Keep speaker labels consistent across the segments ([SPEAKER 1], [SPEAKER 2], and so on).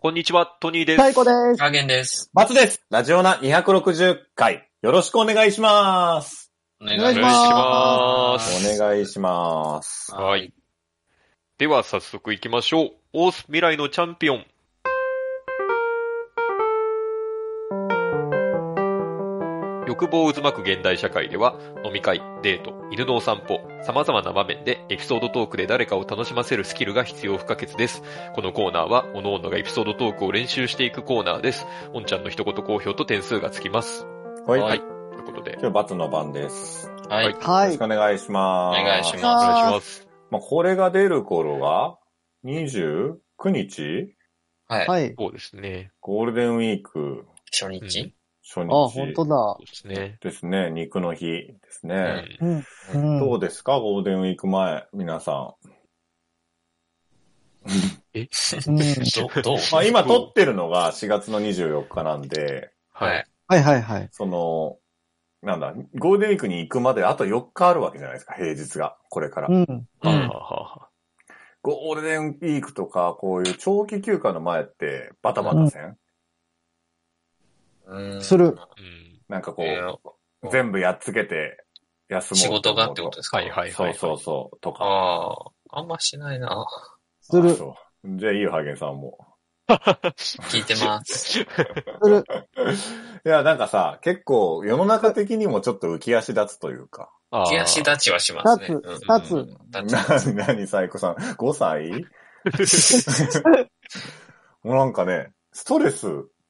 [SPEAKER 1] こんにちは、トニーです。
[SPEAKER 2] 太鼓です。
[SPEAKER 3] 加減です。
[SPEAKER 4] 松です。ラジオナ260回。よろしくお願いします。
[SPEAKER 3] お
[SPEAKER 2] 願
[SPEAKER 3] 願
[SPEAKER 2] い
[SPEAKER 3] い
[SPEAKER 2] し
[SPEAKER 3] し
[SPEAKER 2] ま
[SPEAKER 3] ますす。
[SPEAKER 4] お願いします。
[SPEAKER 1] はい。では、早速行きましょう。オース未来のチャンピオン。欲望渦巻く現代社会では、飲み会、デート、犬のお散歩、様々な場面でエピソードトークで誰かを楽しませるスキルが必要不可欠です。このコーナーは、各々がエピソードトークを練習していくコーナーです。おんちゃんの一言好評と点数がつきます。
[SPEAKER 4] はい。
[SPEAKER 1] はい。
[SPEAKER 4] 今
[SPEAKER 1] ということで、よ
[SPEAKER 4] 日バツの番です。よ
[SPEAKER 3] はい。
[SPEAKER 2] は
[SPEAKER 4] ろし
[SPEAKER 2] い
[SPEAKER 4] く。お願いしま
[SPEAKER 3] お
[SPEAKER 4] す。
[SPEAKER 3] 願いし
[SPEAKER 1] ろ
[SPEAKER 2] あ
[SPEAKER 1] しく
[SPEAKER 3] ま
[SPEAKER 1] お願いします。
[SPEAKER 4] まあ、これが出る頃が、29日
[SPEAKER 3] す。はい。
[SPEAKER 2] はい。
[SPEAKER 1] そうですね。
[SPEAKER 4] ゴールデンウィーク
[SPEAKER 3] 初日
[SPEAKER 4] 初
[SPEAKER 2] あ、本
[SPEAKER 4] 日
[SPEAKER 2] 当だ
[SPEAKER 1] そ。うですね。
[SPEAKER 4] ですね。肉の日です
[SPEAKER 1] う
[SPEAKER 4] ね。
[SPEAKER 1] ん
[SPEAKER 2] うん。
[SPEAKER 4] ど
[SPEAKER 2] うん
[SPEAKER 4] うですかゴールデンウィーク前、皆さん。
[SPEAKER 2] うん。
[SPEAKER 3] ど、どう
[SPEAKER 4] まあ、今撮ってるのが4月の24日なんで、
[SPEAKER 1] はい。。
[SPEAKER 2] はいはいはい。
[SPEAKER 4] その、なんだ、ゴールデンウィークに行くまであと4日あるわけじゃないですか、平日が、これから。
[SPEAKER 2] うん。
[SPEAKER 3] うん
[SPEAKER 1] はあはあはあ
[SPEAKER 4] ゴールデンウィークとか、こういう長期休暇の前って、バタバタせん、
[SPEAKER 3] うん
[SPEAKER 2] する。
[SPEAKER 1] うん。
[SPEAKER 4] なんかこ
[SPEAKER 3] え
[SPEAKER 4] う、
[SPEAKER 3] ー
[SPEAKER 4] 全部やっつけて、休もう
[SPEAKER 3] 仕事がってことですか
[SPEAKER 1] はいはい
[SPEAKER 4] そ
[SPEAKER 1] は
[SPEAKER 4] う
[SPEAKER 1] い。
[SPEAKER 4] そうそう、とか。
[SPEAKER 3] ああ、あんましないな。
[SPEAKER 2] する、す
[SPEAKER 4] そうじゃあいいよ、ハゲさんも。
[SPEAKER 3] 聞いてます。
[SPEAKER 2] る。
[SPEAKER 4] いや、なんかさ、結構世の中的にもちょっと浮き足立つというか。
[SPEAKER 1] あー
[SPEAKER 3] 気足立ちはしますね。
[SPEAKER 2] 立つ
[SPEAKER 3] うん
[SPEAKER 2] 立つ
[SPEAKER 3] うん立
[SPEAKER 4] な、 なに、サイコさん ?5 歳もうなんかね、ストレス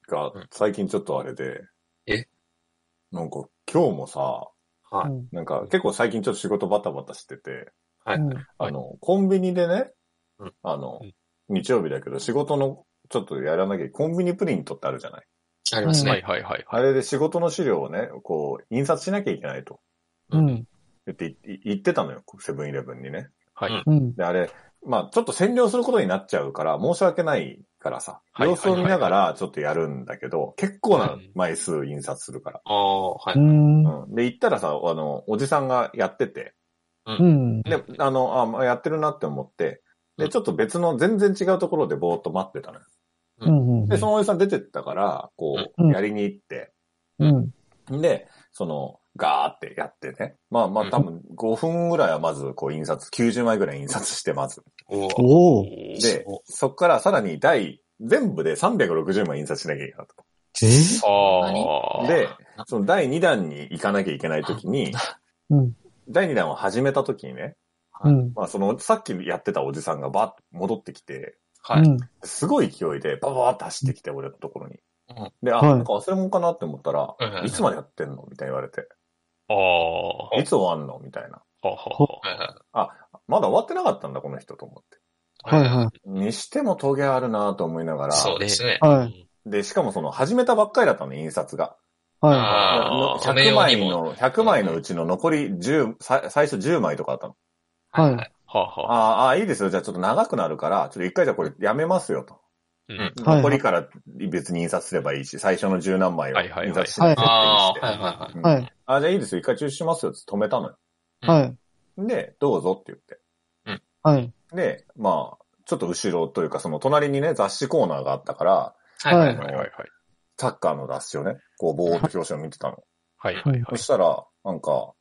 [SPEAKER 4] が最近ちょっとあれで。
[SPEAKER 3] え
[SPEAKER 4] なんか今日もさ、
[SPEAKER 3] はい
[SPEAKER 2] うん
[SPEAKER 4] なんか結構最近ちょっと仕事バタバタしてて、
[SPEAKER 3] はい
[SPEAKER 2] うん
[SPEAKER 4] あの、コンビニでね
[SPEAKER 3] うん、
[SPEAKER 4] あの
[SPEAKER 1] うん、
[SPEAKER 4] 日曜日だけど仕事のちょっとやらなきゃ、コンビニプリントってあるじゃない
[SPEAKER 3] あります
[SPEAKER 1] はい
[SPEAKER 3] ね。
[SPEAKER 1] はいはいは
[SPEAKER 4] あれで仕事の資料をね、こう、印刷しなきゃいけないと。
[SPEAKER 2] うん。
[SPEAKER 4] 言って、い言ってたのよ、セブンイレブンにね。
[SPEAKER 1] い。はい。
[SPEAKER 2] うん。
[SPEAKER 4] で、あれ、まあ、ちょっと占領することになっちゃうから、申し訳ないからさ、
[SPEAKER 1] はい
[SPEAKER 4] 様子を見ながらちょっとやるんだけど、結構な枚数印刷するから。
[SPEAKER 3] ああ、は
[SPEAKER 2] う
[SPEAKER 3] い。
[SPEAKER 2] ん。
[SPEAKER 4] うん。で、行ったらさ、あの、おじさんがやってて、
[SPEAKER 2] うん。
[SPEAKER 4] で、あの、あ、まあ、やってるなって思って、
[SPEAKER 3] う
[SPEAKER 4] で、
[SPEAKER 3] ん
[SPEAKER 4] ちょっと別の全然違うところでぼーっと待ってたのよ。
[SPEAKER 2] うん。
[SPEAKER 4] で、そのおじさん出てったから、こ
[SPEAKER 2] うん
[SPEAKER 4] う、やりに行って、
[SPEAKER 2] うん。
[SPEAKER 4] で、その、ガーってやってね。まあまあ多分5分ぐらいはまずこう印刷、90枚ぐらい印刷してまず。
[SPEAKER 3] おー
[SPEAKER 2] おお。
[SPEAKER 3] す
[SPEAKER 4] で
[SPEAKER 3] ごい、
[SPEAKER 4] そっからさらに第、全部で360枚印刷しなきゃいけなかった
[SPEAKER 2] え
[SPEAKER 1] ああ。
[SPEAKER 4] で、その第2弾に行かなきゃいけないとき に、
[SPEAKER 2] うん
[SPEAKER 4] 第2弾を始めたときにね、
[SPEAKER 2] うん。
[SPEAKER 4] まあその、さっきやってたおじさんがバッと戻ってきて、
[SPEAKER 3] はい。
[SPEAKER 2] うん。
[SPEAKER 4] すごい勢いでバババッと走ってきて、俺のところに
[SPEAKER 3] うん。
[SPEAKER 4] で、あ、
[SPEAKER 2] はい
[SPEAKER 4] なんか忘れ物かなって思ったら
[SPEAKER 3] うんうんう、ん
[SPEAKER 4] いつまでやってんのみたいに言われて、
[SPEAKER 1] ああ。
[SPEAKER 4] いつ終わんのみたいな。
[SPEAKER 1] はは
[SPEAKER 3] はいは
[SPEAKER 4] まだ終わってなかったんだ、この人と思って。
[SPEAKER 2] はいは
[SPEAKER 4] にしてもトゲあるなと思いながら、
[SPEAKER 3] そうですね
[SPEAKER 2] い。。はい。
[SPEAKER 1] い。
[SPEAKER 4] で、しかもその始めたばっかりだったの、印刷が。
[SPEAKER 2] は
[SPEAKER 3] ああ、
[SPEAKER 4] 100枚
[SPEAKER 3] にも
[SPEAKER 4] の、100枚のうちの残り10、さ最初10枚とかあったの。
[SPEAKER 2] はい
[SPEAKER 3] はい。
[SPEAKER 1] はは。
[SPEAKER 4] ああ、いいですよ。じゃあちょっと長くなるから、ちょっと一回じゃあこれやめますよと。
[SPEAKER 1] うん
[SPEAKER 2] はい
[SPEAKER 4] 残りから別に印刷すればいいし、最初の十何枚を
[SPEAKER 1] はいはいはい
[SPEAKER 4] 印刷して
[SPEAKER 2] はい
[SPEAKER 4] 設定
[SPEAKER 3] あ
[SPEAKER 4] して。
[SPEAKER 3] あ、はいはいはい。
[SPEAKER 4] う
[SPEAKER 2] い。
[SPEAKER 4] ん
[SPEAKER 2] はい。
[SPEAKER 4] あ、じゃあいいですよ。一回中止しますよ。って止めたのよ。
[SPEAKER 2] はい。
[SPEAKER 4] で、どうぞって言って。
[SPEAKER 2] はい。
[SPEAKER 4] で、まあ、ちょっと後ろというか、その隣にね、雑誌コーナーがあったから、
[SPEAKER 3] はいはい
[SPEAKER 1] は
[SPEAKER 3] はいい。
[SPEAKER 1] はい
[SPEAKER 4] サッカーの雑誌をね、こう、ボーっと表紙を見てたの。
[SPEAKER 1] はい。はいはいは
[SPEAKER 4] そ
[SPEAKER 1] い。
[SPEAKER 4] したら、なんか、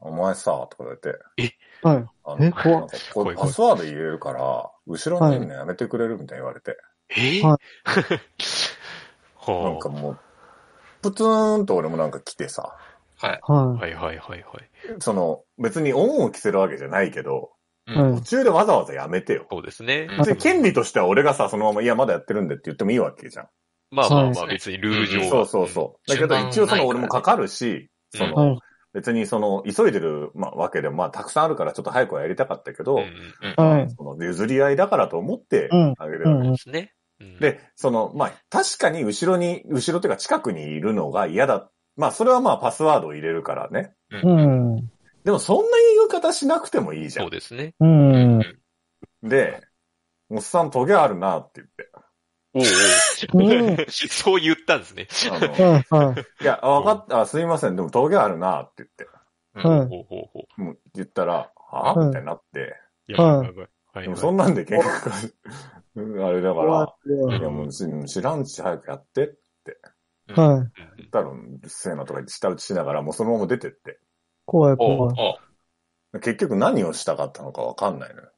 [SPEAKER 4] お前さ、とか言われて、
[SPEAKER 2] はい。
[SPEAKER 4] あ
[SPEAKER 2] え怖っ
[SPEAKER 4] の、なんかこ
[SPEAKER 1] 怖
[SPEAKER 4] れ
[SPEAKER 1] い怖い
[SPEAKER 4] パスワード入れるから、後ろにいるのやめてくれるみたいに言われて、
[SPEAKER 1] え
[SPEAKER 2] は
[SPEAKER 1] は
[SPEAKER 4] なんかもう、プツーンと俺もなんか来てさ、
[SPEAKER 1] あ。
[SPEAKER 2] は
[SPEAKER 1] はいはいはいはい。
[SPEAKER 4] その、別にオンを着せるわけじゃないけど、
[SPEAKER 2] い。は
[SPEAKER 4] 途
[SPEAKER 2] い。
[SPEAKER 4] 中でわざわざやめてよ。
[SPEAKER 1] そうですね。
[SPEAKER 4] で、権利としては俺がさ、そのまま、いや、まだやってるんでって言ってもいいわけじゃん。
[SPEAKER 1] まあまあま
[SPEAKER 2] そ
[SPEAKER 1] あ
[SPEAKER 3] うです
[SPEAKER 1] 別にルール上は。
[SPEAKER 4] そうそうそう。だけど
[SPEAKER 3] 順番
[SPEAKER 4] 一応そ
[SPEAKER 3] ないから
[SPEAKER 4] の俺
[SPEAKER 3] ね
[SPEAKER 4] もかかるし、その、
[SPEAKER 2] はい。
[SPEAKER 4] 別にその、急いでる、まあ、わけでも、まあ、たくさんあるからちょっと早くはやりたかったけど、
[SPEAKER 1] うんうん
[SPEAKER 2] はい。
[SPEAKER 4] その譲り合いだからと思って
[SPEAKER 2] うん
[SPEAKER 4] あげる
[SPEAKER 2] う
[SPEAKER 4] わけ
[SPEAKER 2] ん。
[SPEAKER 1] ですね。うん、
[SPEAKER 4] で、その、まあ、確かに後ろに、後ろというか近くにいるのが嫌だ。まあ、それはまあ、パスワードを入れるからね。
[SPEAKER 2] うん。
[SPEAKER 4] でも、そんな言い方しなくてもいいじゃ
[SPEAKER 1] そ
[SPEAKER 4] ん
[SPEAKER 1] う。ですね。
[SPEAKER 2] う。
[SPEAKER 3] うんん。
[SPEAKER 4] で、おっさんトゲあるなって
[SPEAKER 1] おうおう そう言ったんですね。
[SPEAKER 4] 言って。あの
[SPEAKER 2] はい。はい。
[SPEAKER 4] いや、わかった、あすいません、でもトゲあるなって言って。
[SPEAKER 2] はい。
[SPEAKER 1] ほうほうほう。
[SPEAKER 4] もう言ったら、は
[SPEAKER 2] うん
[SPEAKER 4] みたいになって。
[SPEAKER 1] やばいやばいやばい。はい
[SPEAKER 4] で
[SPEAKER 1] はい。
[SPEAKER 4] もそんなんで喧嘩 うんあれだか
[SPEAKER 2] 怖
[SPEAKER 4] ら、
[SPEAKER 2] い
[SPEAKER 4] いやもう知知らんし早くやってって
[SPEAKER 3] い。
[SPEAKER 2] はい。
[SPEAKER 4] 言ったら、うるせえなとか言って舌打ちしながら、もうそのまま出てって。
[SPEAKER 2] 怖い怖い。
[SPEAKER 3] あ
[SPEAKER 4] 結局何をしたかったのかわかんないのよ。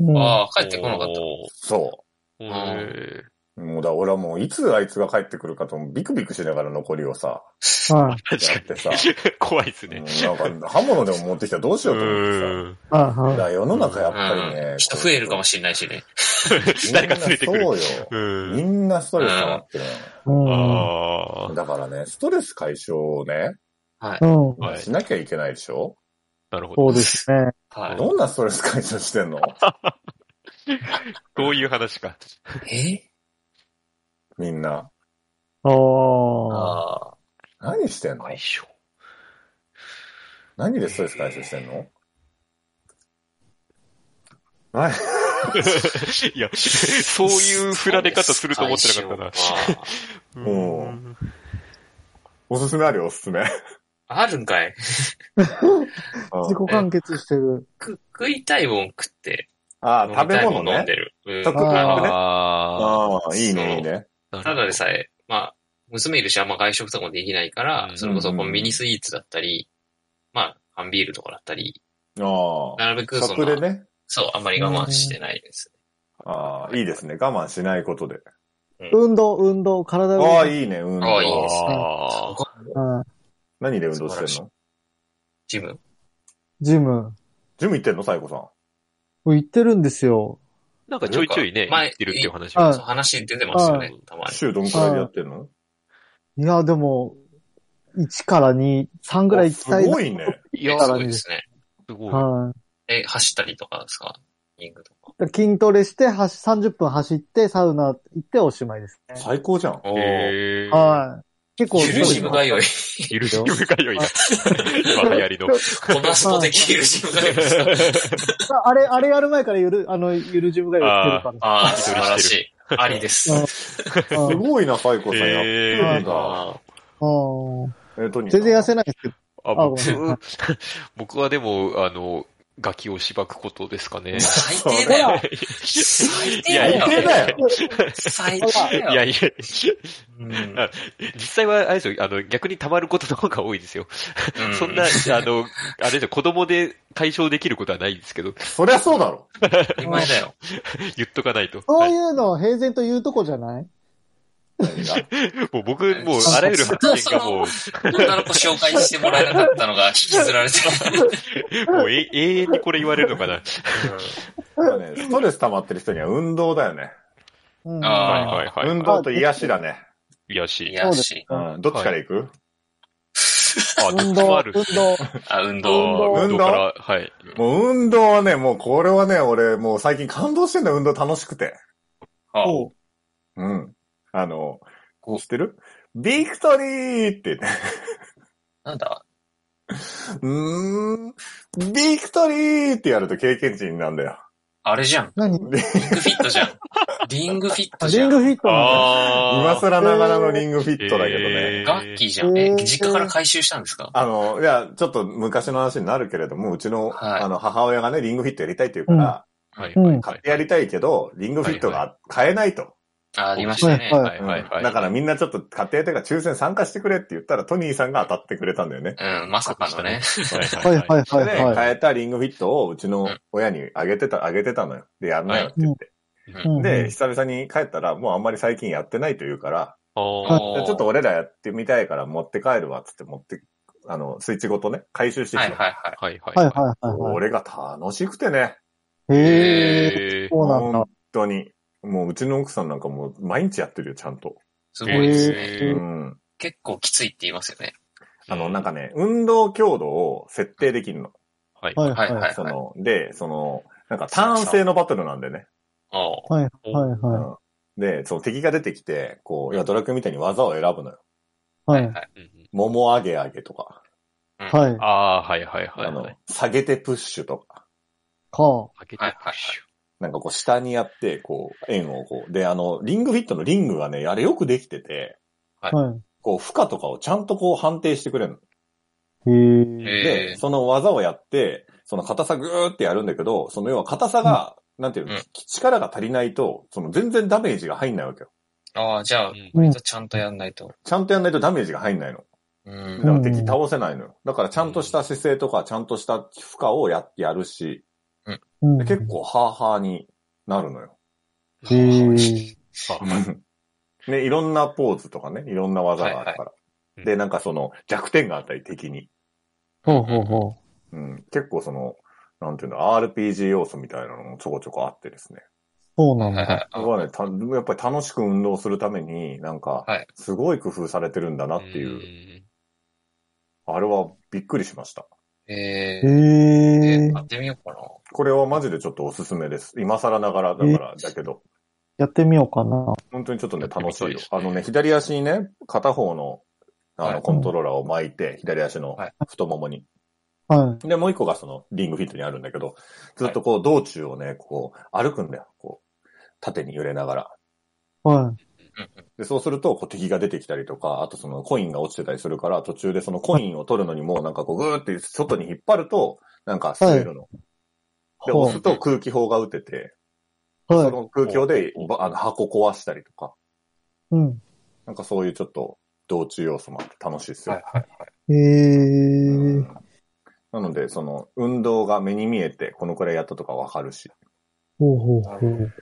[SPEAKER 2] うん。
[SPEAKER 3] ああ、帰ってこなかった。
[SPEAKER 4] そ
[SPEAKER 1] お
[SPEAKER 3] ん
[SPEAKER 1] ーへ
[SPEAKER 4] う。もうだ、俺はもういつあいつが帰ってくるかとビクビクしながら残りをさ、
[SPEAKER 2] はい。
[SPEAKER 1] ー確
[SPEAKER 4] だって
[SPEAKER 1] か
[SPEAKER 4] さ
[SPEAKER 1] に。怖いです
[SPEAKER 4] うん
[SPEAKER 1] ね。
[SPEAKER 4] なんか刃物でも持ってきたらどうし
[SPEAKER 1] う
[SPEAKER 4] ようと思って
[SPEAKER 1] ーん。
[SPEAKER 2] はい
[SPEAKER 4] さ。だか
[SPEAKER 2] は
[SPEAKER 4] ら世の中やっぱり
[SPEAKER 3] う
[SPEAKER 4] ね
[SPEAKER 3] ん。。人増えるかもしれないしね。
[SPEAKER 4] みんな
[SPEAKER 1] 誰か連れてくる。
[SPEAKER 4] そう
[SPEAKER 1] う
[SPEAKER 4] よ。み
[SPEAKER 1] ーん。
[SPEAKER 4] んなストレス溜まってる
[SPEAKER 2] い。うん。
[SPEAKER 1] あ
[SPEAKER 4] の
[SPEAKER 1] あ
[SPEAKER 4] よ。。だからね、ストレス解消をね、
[SPEAKER 3] はい。
[SPEAKER 2] うん。
[SPEAKER 1] はい
[SPEAKER 4] しなきゃいけないでしょ
[SPEAKER 1] なるほど。
[SPEAKER 2] そうですね。
[SPEAKER 3] は
[SPEAKER 4] どんなストレス解消してんの
[SPEAKER 1] そういう話か。
[SPEAKER 3] い。え
[SPEAKER 4] みんな。
[SPEAKER 2] ああ。
[SPEAKER 3] あ
[SPEAKER 4] 何してんの
[SPEAKER 1] 相性。
[SPEAKER 4] 何でストレス解消してんのはい。
[SPEAKER 1] いや、そういう振られ方すると思ってなかっ
[SPEAKER 3] 最初は
[SPEAKER 1] たな。
[SPEAKER 4] おー
[SPEAKER 1] うん
[SPEAKER 4] おすすめあるよ、おすすめ。
[SPEAKER 3] あるんかい。
[SPEAKER 2] 自己完結してる。
[SPEAKER 3] く食いたいもん食って、
[SPEAKER 4] あ
[SPEAKER 3] 飲
[SPEAKER 4] あ、
[SPEAKER 3] み
[SPEAKER 4] 食べ
[SPEAKER 3] たいも
[SPEAKER 4] 物
[SPEAKER 3] ん飲ん
[SPEAKER 4] ね
[SPEAKER 3] で。る。うん
[SPEAKER 4] 特
[SPEAKER 2] に
[SPEAKER 3] あ
[SPEAKER 4] ね
[SPEAKER 1] あ
[SPEAKER 4] ああ、いいね、いいね。
[SPEAKER 1] あ。
[SPEAKER 3] ーただで
[SPEAKER 1] え。
[SPEAKER 3] さえ、まあ、娘いるしあんま外食とかもできないから
[SPEAKER 1] う、ん
[SPEAKER 3] それこそこうミニスイーツだったり、まあ、缶ビールとかだったり、
[SPEAKER 4] ああ。
[SPEAKER 3] なるべくそ
[SPEAKER 4] 食
[SPEAKER 3] の
[SPEAKER 4] で、ね。
[SPEAKER 3] そう、あんまり我慢してないです。
[SPEAKER 4] ああ、いいですね。我慢しないことで。
[SPEAKER 2] 運動、運動、体を。
[SPEAKER 4] ああ、
[SPEAKER 2] い。
[SPEAKER 4] いいね、運動。
[SPEAKER 3] ああいいです
[SPEAKER 1] ああ。
[SPEAKER 2] うん。
[SPEAKER 4] 何で運動してん
[SPEAKER 3] 素晴ら
[SPEAKER 4] の
[SPEAKER 3] ジム。
[SPEAKER 2] ジム。
[SPEAKER 4] ジム行ってんのサイコさん。
[SPEAKER 2] もう行ってるんですよ。
[SPEAKER 1] なんかちょいちょいね、言
[SPEAKER 3] 前
[SPEAKER 1] ってるっていう話
[SPEAKER 2] は
[SPEAKER 1] は。
[SPEAKER 2] い
[SPEAKER 3] そう話出てますよ
[SPEAKER 1] は
[SPEAKER 3] ね
[SPEAKER 1] い、
[SPEAKER 3] たまに。
[SPEAKER 4] 週どんくらいでやってんの
[SPEAKER 2] いや、でも、1から2、3ぐらい行きたい
[SPEAKER 4] す
[SPEAKER 2] な。
[SPEAKER 4] ごいね。
[SPEAKER 1] い
[SPEAKER 3] え
[SPEAKER 1] や、
[SPEAKER 3] す
[SPEAKER 1] す
[SPEAKER 3] ごいですね。
[SPEAKER 1] ごい。
[SPEAKER 2] はい。
[SPEAKER 3] え、走ったりとかですかリングとか。
[SPEAKER 2] だから筋トレして、はし30分走って、サウナ行っておしまいですね。
[SPEAKER 4] 最高じゃん。
[SPEAKER 3] おー。
[SPEAKER 1] へー
[SPEAKER 2] はい。結構、
[SPEAKER 3] ゆるジムが良い。
[SPEAKER 1] ゆるしむが良いな。 今流行りの。
[SPEAKER 3] コナスポ的ゆるジムが良いですか。
[SPEAKER 2] ああれ、あれやる前からゆる、あの、ゆるジムがやってるか
[SPEAKER 3] ああ、素晴らしい。ありです。
[SPEAKER 2] うんら。
[SPEAKER 4] す
[SPEAKER 2] うん
[SPEAKER 4] ごいな、サイコさん。やってるんだ。
[SPEAKER 3] あ
[SPEAKER 2] うん
[SPEAKER 4] えっと、
[SPEAKER 2] 全然痩せないですけど。
[SPEAKER 1] あ
[SPEAKER 2] あご
[SPEAKER 1] 僕
[SPEAKER 2] めんなさい、
[SPEAKER 1] 僕はでも、あの、ガキをしばくことですかね
[SPEAKER 3] ー。最低だよ。最低だよ。
[SPEAKER 4] 最低だよ。
[SPEAKER 3] 最低
[SPEAKER 1] い
[SPEAKER 3] だ
[SPEAKER 1] や
[SPEAKER 3] よ。
[SPEAKER 1] いや、
[SPEAKER 3] うん
[SPEAKER 1] 実際は、あれですよ、あの、逆に溜まることの方が多いですよ。
[SPEAKER 3] う
[SPEAKER 1] そんな、あの、あれですよ、子供で解消できることはないですけど、
[SPEAKER 4] そりゃそうだろ。
[SPEAKER 3] 当たり前だよ。
[SPEAKER 1] 言っとかないと。
[SPEAKER 2] そ
[SPEAKER 1] は
[SPEAKER 2] う
[SPEAKER 1] い
[SPEAKER 2] いうのを平然と言うとこじゃない
[SPEAKER 4] 何が
[SPEAKER 1] もう僕、もう、あらゆる発言がも
[SPEAKER 3] 女の子紹介してもらえなかったのが引きずられてる。
[SPEAKER 1] う、もうえ永遠にこれ言われるのかな。
[SPEAKER 4] だからね ストレス溜まってる人には運動だよね。
[SPEAKER 2] うん
[SPEAKER 3] あ
[SPEAKER 1] はい
[SPEAKER 3] ー
[SPEAKER 1] はいはい。
[SPEAKER 4] 運動と癒しだね。
[SPEAKER 1] いや
[SPEAKER 3] うんい
[SPEAKER 1] し。
[SPEAKER 3] やし。
[SPEAKER 4] うん。どっちから行く、
[SPEAKER 1] あ、ど
[SPEAKER 2] 運
[SPEAKER 1] っちも
[SPEAKER 2] 動
[SPEAKER 1] あ、る。
[SPEAKER 2] 運動。
[SPEAKER 3] あ、運動。
[SPEAKER 1] 運
[SPEAKER 4] 運動
[SPEAKER 1] 動から、はい。
[SPEAKER 4] もう運動はね、もうこれはね、俺もう最近感動してんだよ、運動楽しくて。
[SPEAKER 3] あ
[SPEAKER 2] お
[SPEAKER 4] うん。あの、
[SPEAKER 3] お
[SPEAKER 4] 知ってるビクトリーってね。
[SPEAKER 3] なんだ
[SPEAKER 4] うーん。ビクトリーってやると経験値になるんだよ。
[SPEAKER 3] あれじゃん。
[SPEAKER 2] 何
[SPEAKER 3] リングフィットじゃん。リングフィットじ
[SPEAKER 2] リ
[SPEAKER 3] ゃ
[SPEAKER 2] ン
[SPEAKER 3] ん。
[SPEAKER 2] グフィットな
[SPEAKER 1] あー
[SPEAKER 4] 今更ながらのリングフィットだけど
[SPEAKER 1] えー
[SPEAKER 4] ね。
[SPEAKER 3] ガッキーじゃん。
[SPEAKER 2] え
[SPEAKER 3] え
[SPEAKER 2] ー、
[SPEAKER 3] 実家から回収したんですか
[SPEAKER 4] あの、いや、ちょっと昔の話になるけれども、うちの、
[SPEAKER 3] はい
[SPEAKER 4] あの、母親がね、リングフィットやりたいって言うから、
[SPEAKER 1] はい
[SPEAKER 2] うん
[SPEAKER 1] はいはい
[SPEAKER 4] 買ってやりたいけど、リングフィット
[SPEAKER 1] は
[SPEAKER 4] が買えないと。
[SPEAKER 3] あ、ありましたね。
[SPEAKER 2] はい
[SPEAKER 1] はいはいはい。
[SPEAKER 4] だからみんなちょっと買ってやりたいから抽選参加してくれって言ったら、トニーさんが当たってくれたんだよね。
[SPEAKER 3] うん、まさかのね。
[SPEAKER 1] は
[SPEAKER 2] はいはい
[SPEAKER 4] そ
[SPEAKER 2] は
[SPEAKER 4] れ
[SPEAKER 2] い
[SPEAKER 4] で、
[SPEAKER 2] は
[SPEAKER 4] 買えたリングフィットをうちの親にあげてた、あげてたのよ。で、やんなよって言って。
[SPEAKER 2] い。うん
[SPEAKER 4] で、、久々に帰ったら、もうあんまり最近やってないと言うから、
[SPEAKER 1] あー
[SPEAKER 2] は
[SPEAKER 4] でちょっと俺らやってみたいから持って帰るわ、つって持って、あの、スイッチごとね、回収してき
[SPEAKER 3] は
[SPEAKER 4] た
[SPEAKER 3] い
[SPEAKER 4] の。
[SPEAKER 3] はいはい。
[SPEAKER 1] はいはい
[SPEAKER 2] はい
[SPEAKER 1] は
[SPEAKER 2] はいい。はいはい。
[SPEAKER 4] 俺が楽しくてね、
[SPEAKER 2] へえ、
[SPEAKER 1] えー
[SPEAKER 2] そうなんだ
[SPEAKER 4] 本。当に。もううちの奥さんなんかもう毎日やってるよ、ちゃんと。
[SPEAKER 3] すごいですね。
[SPEAKER 1] えー
[SPEAKER 4] うん。
[SPEAKER 3] 結構きついって言いますよね。
[SPEAKER 4] あの、なんかね、運動強度を設定できるの。
[SPEAKER 1] はい。
[SPEAKER 2] はいは
[SPEAKER 3] はいいはい。
[SPEAKER 4] その、で、その、なんか単性のバトルなんでね。
[SPEAKER 3] あ
[SPEAKER 2] はいはいはい
[SPEAKER 4] で、その敵が出てきて、こう、いや、ドラクエみたいに技を選ぶのよ。
[SPEAKER 2] はい
[SPEAKER 3] はい
[SPEAKER 1] うんうん
[SPEAKER 4] 桃上げ上げとか、
[SPEAKER 3] あ。うん
[SPEAKER 2] はい。
[SPEAKER 1] ああ、はいはいはい。
[SPEAKER 4] あの
[SPEAKER 1] はい、
[SPEAKER 4] 下げてプッシュとか、
[SPEAKER 2] か。
[SPEAKER 1] 開けてみましょ
[SPEAKER 4] なんかこう、下にやって、こう、円をこう、で、あの、リングフィットのリングがね、あれよくできてて、
[SPEAKER 2] は
[SPEAKER 4] こう、負荷とかをちゃんとこう判定してくれるの。
[SPEAKER 2] い。へえ。
[SPEAKER 3] え
[SPEAKER 4] で、その技をやって、その硬さぐーってやるんだけど、その要は硬さが、なんていうの、
[SPEAKER 3] うん
[SPEAKER 4] き力が足りないと、その全然ダメージが入んないわけよ。
[SPEAKER 3] ああ、じゃあ、
[SPEAKER 1] うん
[SPEAKER 2] うん
[SPEAKER 3] 割とちゃんとやんないと。
[SPEAKER 4] ちゃんとやんないとダメージが入んないの。
[SPEAKER 3] う
[SPEAKER 4] だか
[SPEAKER 3] ん。
[SPEAKER 4] ら敵倒せないのよ。だからちゃんとした姿勢とか、ちゃんとした負荷をや、やるし、
[SPEAKER 2] うん
[SPEAKER 4] で結。構ハーハーになる のよ。
[SPEAKER 2] へー
[SPEAKER 4] ね、いろんなポーズとかね、いろんな技があるから。
[SPEAKER 3] は
[SPEAKER 1] う
[SPEAKER 3] い
[SPEAKER 1] ん
[SPEAKER 4] で、なんかその弱点があったり敵に。
[SPEAKER 2] ほうほうほ
[SPEAKER 4] うん。結構その、なんていうの、RPG 要素みたいなのもちょこちょこあってですね。
[SPEAKER 2] う。そうなん
[SPEAKER 3] はいは
[SPEAKER 2] だ。
[SPEAKER 3] い。あ
[SPEAKER 4] 僕はね、たやっぱり楽しく運動するために、なんか
[SPEAKER 3] はい、
[SPEAKER 4] すごい工夫されてるんだなっていう、
[SPEAKER 1] う。
[SPEAKER 4] あれはびっくりしました。
[SPEAKER 3] え
[SPEAKER 2] へ
[SPEAKER 3] ー、え
[SPEAKER 2] え
[SPEAKER 3] ー、。買ってみようかな。
[SPEAKER 4] これはマジでちょっとおすすめです。今更ながらだから、だけど、
[SPEAKER 2] やってみようかな。
[SPEAKER 4] 本当にちょっとね、楽しい
[SPEAKER 1] やってみたい
[SPEAKER 4] よ
[SPEAKER 1] です。ね
[SPEAKER 4] あのね、左足にね、片方の、あ
[SPEAKER 3] は
[SPEAKER 4] の、
[SPEAKER 3] い
[SPEAKER 4] コントローラーを巻いて、左足の
[SPEAKER 3] はい
[SPEAKER 4] 太ももに。
[SPEAKER 2] は
[SPEAKER 4] で、もう一個がその、リングフィットにあるんだけど、ずっとこう、道中をね、こう、歩くんだよ。こう、縦に揺れながら。
[SPEAKER 2] い。は
[SPEAKER 4] で、そうすると、こう敵が出てきたりとか、あとそのコインが落ちてたりするから、途中でそのコインを取るのにもうなんかこうグーって外に引っ張ると、なんか吸えるの。
[SPEAKER 2] い。
[SPEAKER 4] で、押すと空気砲が打てて、そ
[SPEAKER 2] はい。
[SPEAKER 4] の空気砲でばあの箱壊したりとか、
[SPEAKER 2] うん。
[SPEAKER 4] なんかそういうちょっと道中要素もあって楽しいですよ。
[SPEAKER 3] はいはいはい。
[SPEAKER 2] へ
[SPEAKER 4] う
[SPEAKER 2] え
[SPEAKER 4] ん。なので、その運動が目に見えて、このくらいやったとかわかるし。
[SPEAKER 2] ほうほうほう。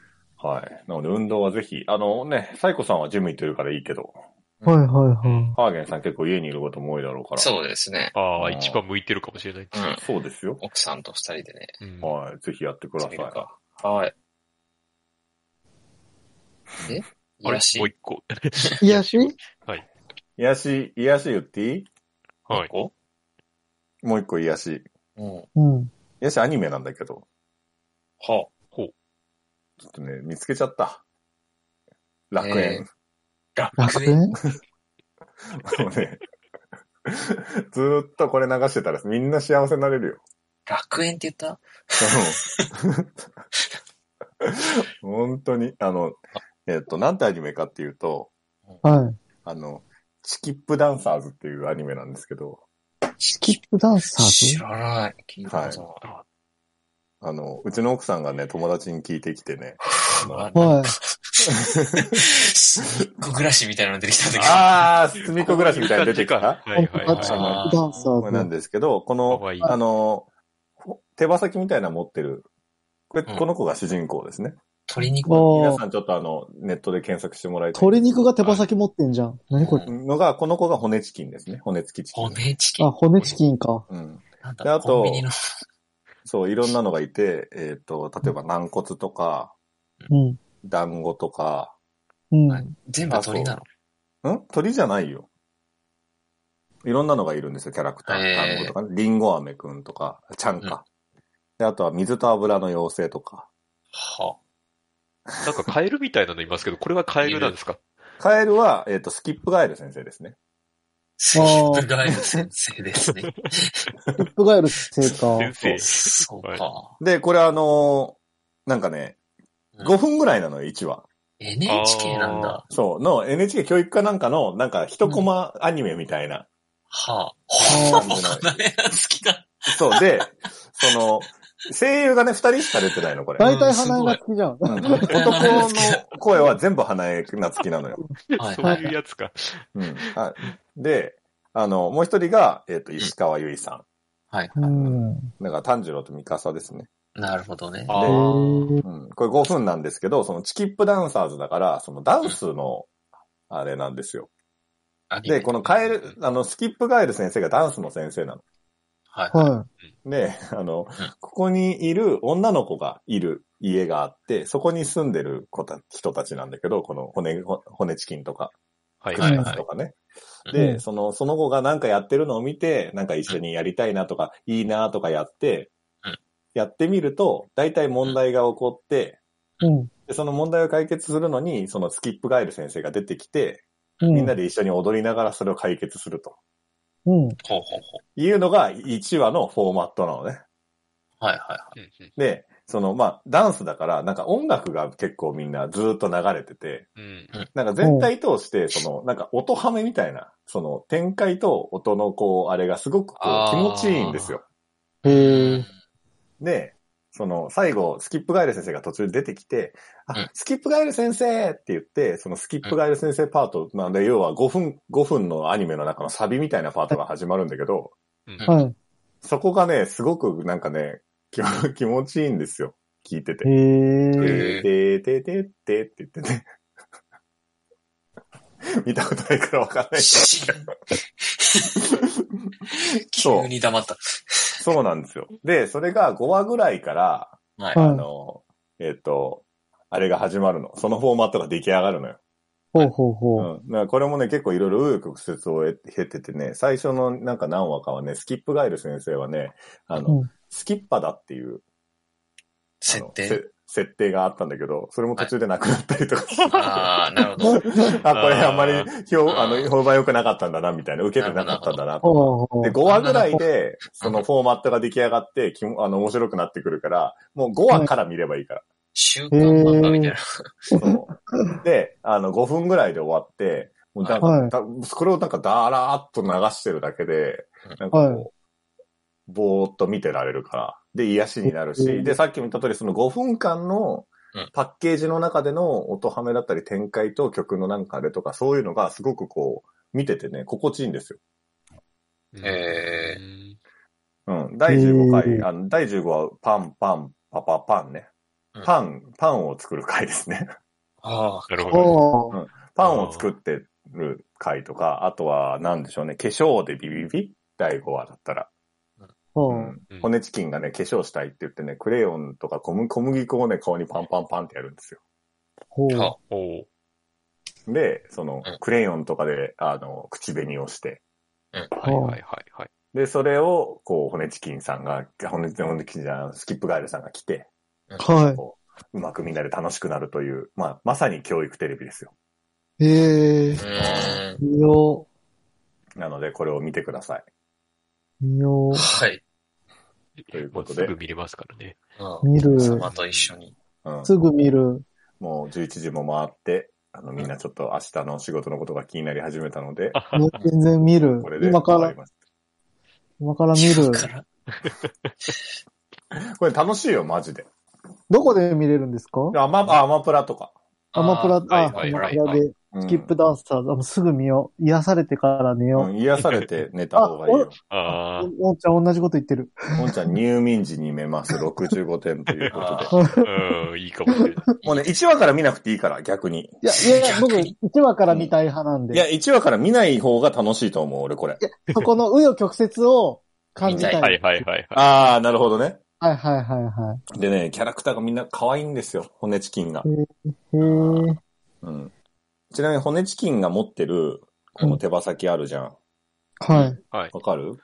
[SPEAKER 4] はい。なので運動はぜひ、あのね、サイコさんはジム行ってるからいいけど、
[SPEAKER 2] はいはいは
[SPEAKER 4] ハーゲンさん結構家にいることも多いだろうから。
[SPEAKER 3] そうですね。
[SPEAKER 1] ああ、一番向いてるかもしれない。
[SPEAKER 3] うん。
[SPEAKER 4] そうですよ。
[SPEAKER 3] 奥さんと二人でね。
[SPEAKER 1] うん
[SPEAKER 4] はい。ぜひやってください。
[SPEAKER 3] か。はい。え
[SPEAKER 1] あれ
[SPEAKER 3] 癒し
[SPEAKER 1] もう一個。
[SPEAKER 2] い。癒し
[SPEAKER 4] 癒し、癒し言っていい
[SPEAKER 1] はい。
[SPEAKER 3] こ
[SPEAKER 4] もう一個癒し。
[SPEAKER 3] ううん。は
[SPEAKER 2] うん。
[SPEAKER 4] 癒しアニメなんだけど、
[SPEAKER 3] あ。
[SPEAKER 4] ちょっとね、見つけちゃった。楽園。
[SPEAKER 2] 楽園
[SPEAKER 4] もうね、ずーっとこれ流してたらみんな幸せになれるよ。
[SPEAKER 3] 楽園って言った
[SPEAKER 4] うん 本当に、あの、えっ、と、なんてアニメかっていうと、
[SPEAKER 2] はい。
[SPEAKER 4] あの、チキップダンサーズっていうアニメなんですけど、
[SPEAKER 2] スキップダンサー
[SPEAKER 3] 知
[SPEAKER 2] ズ
[SPEAKER 3] らない。聞いたことない。
[SPEAKER 4] あの、うちの奥さんがね、友達に聞いてきてね、あの
[SPEAKER 3] あ
[SPEAKER 2] はい。
[SPEAKER 3] すっごい暮らしみたいなの出てきたんだけど。
[SPEAKER 4] あー、すみっこ暮らしみたいに出てきた
[SPEAKER 1] はいはいはい
[SPEAKER 2] あ
[SPEAKER 1] は
[SPEAKER 2] チ
[SPEAKER 1] い
[SPEAKER 2] キ
[SPEAKER 4] あ。
[SPEAKER 2] ップダンサ
[SPEAKER 4] これな
[SPEAKER 2] ー
[SPEAKER 4] ん
[SPEAKER 2] ズ。
[SPEAKER 4] ですけど、この
[SPEAKER 1] かわいい、
[SPEAKER 4] あの、ほ手羽先みたいなの持ってる、これ、
[SPEAKER 3] うん
[SPEAKER 4] この子が主人公ですね。
[SPEAKER 3] 鶏肉
[SPEAKER 2] あ
[SPEAKER 4] 皆
[SPEAKER 2] あ。
[SPEAKER 4] さんちょっとあの、ネットで検索してもらいたい。
[SPEAKER 2] 鶏肉が手羽先持ってんじゃん。何これ
[SPEAKER 4] のが、この子が骨チキンですね。骨付きチキン。
[SPEAKER 3] 骨チキ
[SPEAKER 2] あ、
[SPEAKER 3] ン。
[SPEAKER 2] 骨チキンか。
[SPEAKER 4] うん。
[SPEAKER 3] なん
[SPEAKER 4] であ
[SPEAKER 3] だ
[SPEAKER 4] と
[SPEAKER 3] コンビニの。
[SPEAKER 4] そう、いろんなのがいて、えっ、と、例えば軟骨とか、
[SPEAKER 2] うん。
[SPEAKER 4] 団子とか、
[SPEAKER 2] うん。
[SPEAKER 3] はい全部鶏なの。
[SPEAKER 4] ん鳥じゃないよ。いろんなのがいるんですよ、キャラクター。
[SPEAKER 3] へー
[SPEAKER 4] 団子とかね、リンゴ飴くんとか、ちゃんか。で、あとは水と油の妖精とか。
[SPEAKER 3] は
[SPEAKER 1] なんかカエルみたいなのいますけど、これはカエルなんですか
[SPEAKER 4] カエルは、えっ、と、スキップガエル先生ですね。
[SPEAKER 3] スープガイド先生です ね。
[SPEAKER 2] ヒップガエル先 生か。
[SPEAKER 1] 先生。
[SPEAKER 3] そうか。
[SPEAKER 4] で、これあのーなんかね、
[SPEAKER 3] うん
[SPEAKER 4] 5分ぐらいなのよ、1話。
[SPEAKER 3] NHK なんだ。
[SPEAKER 4] そう、の NHK 教育かなんかの、なんか一コマアニメみたいな
[SPEAKER 3] はあ。
[SPEAKER 4] 感じなのよ
[SPEAKER 3] ダメな好きだ。
[SPEAKER 4] そう、で、その、声優がね、2人しか出てないの、これ。
[SPEAKER 2] 大体花江が好きじゃん。
[SPEAKER 4] うん男の声は全部花江夏樹なのよ。
[SPEAKER 3] はい
[SPEAKER 1] そういうやつか。
[SPEAKER 4] うん、あで、あの、もう一人が、えっ、と、石川由依さ
[SPEAKER 3] はい。
[SPEAKER 2] うん。
[SPEAKER 4] ん。だから炭治郎と三笠ですね。
[SPEAKER 3] なるほどね。
[SPEAKER 1] あー
[SPEAKER 2] へ
[SPEAKER 4] うん。これ5分なんですけど、そのチキップダンサーズだから、そのダンスの、あれなんですよ。で、このカエル、あの、スキップガエル先生がダンスの先生な
[SPEAKER 3] はい。
[SPEAKER 2] は
[SPEAKER 4] の。で、あの、ここにいる女の子がいる家があって、そこに住んでる子た人たちなんだけど、この骨、骨チキンとか、
[SPEAKER 1] はい
[SPEAKER 4] ク
[SPEAKER 1] は
[SPEAKER 4] リ
[SPEAKER 1] い
[SPEAKER 4] ア
[SPEAKER 1] は
[SPEAKER 4] ス
[SPEAKER 1] い。
[SPEAKER 4] とかね。
[SPEAKER 3] うん
[SPEAKER 2] う
[SPEAKER 4] で、
[SPEAKER 2] ん
[SPEAKER 4] その、その子がなんかやってるのを見て、なんか一緒にやりたいなとか、いいなとかやって
[SPEAKER 3] うん、
[SPEAKER 4] やってみると、大体問題が起こって、
[SPEAKER 2] い。うん。
[SPEAKER 4] でその問題を解決するのに、そのスキップガエル先生が出てきて、
[SPEAKER 2] うん。
[SPEAKER 4] みんなで一緒に踊りながらそれを解決すると
[SPEAKER 2] うん。
[SPEAKER 3] ほうほうほ
[SPEAKER 4] いうのが1話のフォーマットなのね。
[SPEAKER 3] う。はいはいは
[SPEAKER 1] うんうん
[SPEAKER 4] で、その、まあ、ダンスだから、なんか音楽が結構みんなずーっと流れてて、
[SPEAKER 1] うん
[SPEAKER 4] なんか全体通して、その、なんか音はめみたいな、その展開と音のこう、あれがすごくこう
[SPEAKER 3] あー
[SPEAKER 4] 気持ちいいんですよ。
[SPEAKER 2] へえ。
[SPEAKER 4] で、その、最後、スキップガエル先生が途中で出てきて、
[SPEAKER 3] う
[SPEAKER 4] あ
[SPEAKER 3] ん、
[SPEAKER 4] スキップガエル先生って言って、そのスキップガエル先生パート、なんで、要は5分、5分のアニメの中のサビみたいなパートが始まるんだけど、
[SPEAKER 1] うん
[SPEAKER 2] は
[SPEAKER 4] そこがね、すごくなんかね、気持気持ちいいんですよ。聞いて
[SPEAKER 2] い。へ
[SPEAKER 4] て。
[SPEAKER 2] え。
[SPEAKER 3] へ
[SPEAKER 4] てーてーてーてーって言ってね。 見たことないからわかんない。そう
[SPEAKER 3] 急に黙った。
[SPEAKER 4] そうなんですよ。で、それが5話ぐらいから、
[SPEAKER 3] はい。
[SPEAKER 2] はい
[SPEAKER 4] あの、えっ、と、あれが始まるの。そのフォーマットが出来上がるのよ。
[SPEAKER 2] ほうほうほう。
[SPEAKER 4] うん。だからこれもね、結構いろいろ紆余曲折を経ててね、最初のなんか何話かはね、スキップガイル先生はね、あの、
[SPEAKER 2] うん
[SPEAKER 4] スキッパだっていう、あ
[SPEAKER 3] 設
[SPEAKER 4] の
[SPEAKER 3] 定。
[SPEAKER 4] せ設定があったんだけど、それも途中でなくなったりとか、
[SPEAKER 3] ああ、なるほど。
[SPEAKER 4] あ、これあんまり
[SPEAKER 1] あ
[SPEAKER 4] 評、
[SPEAKER 3] あ
[SPEAKER 4] あ
[SPEAKER 3] ー
[SPEAKER 4] の、評判良くなかったんだな、みたいな、受けてなかったんだな、とか。
[SPEAKER 2] ほうほう
[SPEAKER 4] で、5話ぐらいで、そのフォーマットが出来上がって、きもあの、面白くなってくるから、もう5話から見ればいいから。
[SPEAKER 3] 週刊漫画みたいな。
[SPEAKER 4] そう。で、あの、5分ぐらいで終わって、もうなんか、
[SPEAKER 2] はい
[SPEAKER 4] だこれをなんかだらーっと流してるだけで、なんかこう、
[SPEAKER 2] はい
[SPEAKER 4] ぼーっと見てられるから、で、癒しにな
[SPEAKER 2] う
[SPEAKER 4] る
[SPEAKER 2] ん
[SPEAKER 4] し、で、さっきも言った通り、その5分間の
[SPEAKER 3] うん
[SPEAKER 4] パッケージの中での音ハメだったり展開と曲のなんかあれとか、そういうのがすごくこう、見ててね、心地いいんですよ。
[SPEAKER 3] え
[SPEAKER 4] うん。第15回、
[SPEAKER 2] へー
[SPEAKER 4] あの、第15はパン、パン、パパ、パンね
[SPEAKER 3] うん。
[SPEAKER 4] パン、パンを作る回ですね。
[SPEAKER 3] ああ、
[SPEAKER 1] なるほど。
[SPEAKER 2] ほう。
[SPEAKER 4] パンを作ってる回とか、あとは何でしょうね、化粧でビビビ第5話だったら、
[SPEAKER 2] ほ
[SPEAKER 4] う
[SPEAKER 2] う。
[SPEAKER 4] ん
[SPEAKER 1] うん
[SPEAKER 4] 骨チキンがね、化粧したいって言ってね、クレヨンとか小麦小麦粉をね、顔にパンパンパンってやるんですよ。
[SPEAKER 2] ほう。
[SPEAKER 3] あ
[SPEAKER 1] おー
[SPEAKER 4] で、その
[SPEAKER 3] うん、
[SPEAKER 4] クレヨンとかで、あの、口紅をして、
[SPEAKER 1] はいはいはいはい。
[SPEAKER 4] で、それを、こう、骨チキンさんが、骨骨チキンじゃないスキップガエルさんが来て、
[SPEAKER 2] は
[SPEAKER 4] こう、うまくみんなで楽しくなるという、まあ、まさに教育テレビですよ。
[SPEAKER 2] い。へえ
[SPEAKER 3] う。ーん。
[SPEAKER 2] 見よ
[SPEAKER 4] なので、これを見てください。
[SPEAKER 2] う。見よ
[SPEAKER 3] はい。
[SPEAKER 4] という
[SPEAKER 1] も
[SPEAKER 4] こ
[SPEAKER 1] う
[SPEAKER 4] と
[SPEAKER 1] す
[SPEAKER 4] で
[SPEAKER 1] ぐ見れますからね。
[SPEAKER 2] う。見る
[SPEAKER 3] うん。。様と一緒に。
[SPEAKER 4] うん、
[SPEAKER 2] すぐ見 る。
[SPEAKER 4] もう11時も回って、あの、みんなちょっと明日の仕事のことが気になり始めたので、
[SPEAKER 2] 全然見る
[SPEAKER 4] これ。で
[SPEAKER 2] 今か
[SPEAKER 4] 終わ
[SPEAKER 2] ら
[SPEAKER 4] り、ます。
[SPEAKER 2] 今から見る
[SPEAKER 3] 今。から
[SPEAKER 4] これ楽しいよ、マジで。
[SPEAKER 2] どこで見れるんですか
[SPEAKER 4] アマ、あアマプラとか。
[SPEAKER 2] アマプラ、あ、
[SPEAKER 1] はい
[SPEAKER 2] アマ
[SPEAKER 1] はい
[SPEAKER 2] プ
[SPEAKER 1] はい
[SPEAKER 2] ラで、
[SPEAKER 4] うん
[SPEAKER 2] スキップダンサーズ、あもうすぐ見よう。癒されてから寝
[SPEAKER 4] う
[SPEAKER 2] よ
[SPEAKER 4] ん、癒されて寝た方がいいよ。
[SPEAKER 2] う。
[SPEAKER 1] あ
[SPEAKER 2] おんちゃん同じこと言ってる。
[SPEAKER 4] もんちゃん入眠時にめます、65点ということで。
[SPEAKER 3] あ
[SPEAKER 1] あ、うん、いいかもしれない。
[SPEAKER 4] もうね、1話から見なくていいから、逆に。
[SPEAKER 2] いや、いやいや、僕、
[SPEAKER 3] 逆に
[SPEAKER 2] 1話から見たい派なん
[SPEAKER 4] いや、
[SPEAKER 2] で、
[SPEAKER 4] 1話から見ない方が楽しいと思う、俺、これ。
[SPEAKER 2] そこの紆余曲折を感じたい。は
[SPEAKER 3] 見た
[SPEAKER 1] はい
[SPEAKER 2] い
[SPEAKER 1] はいはいは
[SPEAKER 4] あー、なるほどね。
[SPEAKER 2] はいはいは
[SPEAKER 4] でね、キャラクターがみんな可愛いんですよ、骨チキンが。
[SPEAKER 2] い。へー
[SPEAKER 4] うん。ちなみに骨チキンが持ってる、この手羽先あるじゃん。
[SPEAKER 2] はい。
[SPEAKER 1] はい。
[SPEAKER 4] わかる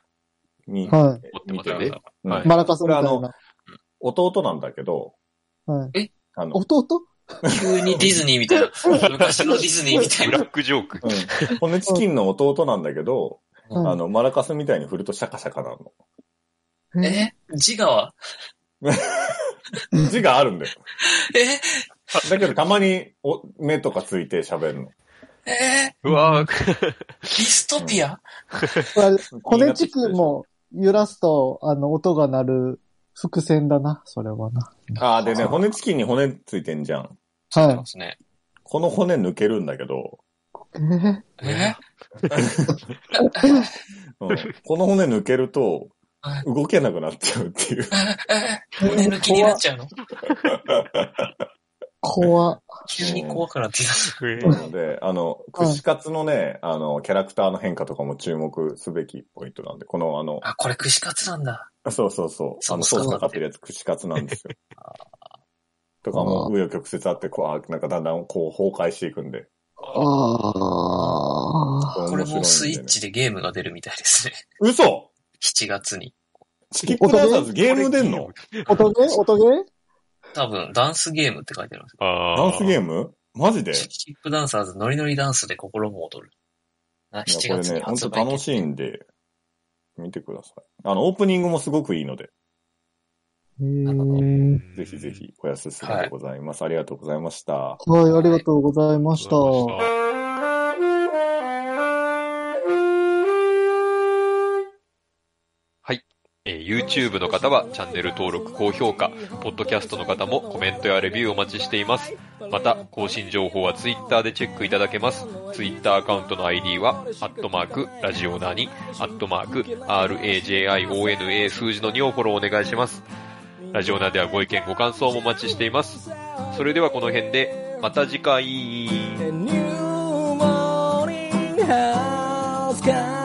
[SPEAKER 4] み
[SPEAKER 2] は
[SPEAKER 1] 持って
[SPEAKER 4] 見
[SPEAKER 1] ます
[SPEAKER 4] て
[SPEAKER 1] よ
[SPEAKER 4] ね
[SPEAKER 1] ね。。
[SPEAKER 4] うん
[SPEAKER 1] はい
[SPEAKER 2] い。マラカスみたい
[SPEAKER 4] これ
[SPEAKER 2] な。
[SPEAKER 4] 弟なんだけど、
[SPEAKER 2] はい。
[SPEAKER 4] あの、
[SPEAKER 2] 弟
[SPEAKER 3] 急にディズニーみたいな。昔のディズニーみたい
[SPEAKER 1] ブ
[SPEAKER 3] な
[SPEAKER 1] ラ。ックジョーク。
[SPEAKER 4] うん、骨チキンの弟なんだけど、
[SPEAKER 2] うん
[SPEAKER 4] あの、マラカスみたいに振るとシャカシャカなの。
[SPEAKER 2] え
[SPEAKER 3] え自我は
[SPEAKER 4] 字があるんだよ。
[SPEAKER 3] え
[SPEAKER 4] だけどたまにお目とかついて喋るの。
[SPEAKER 3] え
[SPEAKER 1] うわー
[SPEAKER 3] ディストピア
[SPEAKER 2] これ、骨チキンも揺らすと、あの、音が鳴る伏線だな、それはな。
[SPEAKER 4] ああ、でね、骨チキンに骨ついてんじゃん。
[SPEAKER 3] そ
[SPEAKER 2] は
[SPEAKER 3] う
[SPEAKER 2] い
[SPEAKER 3] で。すね。
[SPEAKER 4] この骨抜けるんだけど、
[SPEAKER 2] えー
[SPEAKER 3] え
[SPEAKER 4] うん、この骨抜けると
[SPEAKER 3] は、
[SPEAKER 4] 動けなくなっちゃうっていう。
[SPEAKER 3] 骨抜きになっちゃうの
[SPEAKER 2] 怖っ。
[SPEAKER 3] 急に怖くなってきた。
[SPEAKER 4] なので、あの、串カツのね、あの、キャラクターの変化とかも注目すべきポイントなんで、この、あの、
[SPEAKER 3] あ、これ串カツなんだ。
[SPEAKER 4] そうそうそう。あの、
[SPEAKER 3] そ
[SPEAKER 4] ソ
[SPEAKER 3] う
[SPEAKER 4] ースかかってるやつ、串カツなんですよ。 とかも、紆余曲折あって、こう、あなんかだんだんこう崩壊していくんで。
[SPEAKER 2] ああ。
[SPEAKER 4] 面
[SPEAKER 3] これ
[SPEAKER 4] 白いんでね
[SPEAKER 3] もスイッ。チでゲームが出るみたいですね。
[SPEAKER 4] 嘘
[SPEAKER 3] 7月に。
[SPEAKER 4] チキップダンサーズゲーム出んの
[SPEAKER 2] 音ゲ音ゲ
[SPEAKER 3] 多分、ダンスゲームって書いてあるんです
[SPEAKER 1] あ
[SPEAKER 4] ダンスゲ
[SPEAKER 1] ー
[SPEAKER 4] ームマジで
[SPEAKER 3] よ。チップダンサーズノリノリダンスで心も躍る。あ
[SPEAKER 4] い
[SPEAKER 3] 7
[SPEAKER 4] やこれ
[SPEAKER 3] 月
[SPEAKER 4] ね、
[SPEAKER 3] に
[SPEAKER 4] 本
[SPEAKER 3] 発
[SPEAKER 4] 当
[SPEAKER 3] 売
[SPEAKER 4] 楽しいんで、見てください。あの、オープニングもすごくいいので、
[SPEAKER 2] へ
[SPEAKER 1] ム
[SPEAKER 2] ー
[SPEAKER 4] ぜひぜ。ひお安すめでございます。ありがとうございました。
[SPEAKER 2] はい、ありがとうございました。は
[SPEAKER 1] はい。えー YouTube の方はチャンネル登録、高評価、ポッドキャストの方もコメントやレビューお待ちしています。また、更新情報は Twitter でチェックいただけます。Twitter アカウントの ID は、アットマーク、ラジオナに、アットマーク、RAJIONA 数字の2をフォローお願いします。ラジオナではご意見、ご感想もお待ちしています。それではこの辺で、また次回。
[SPEAKER 5] A new morning has come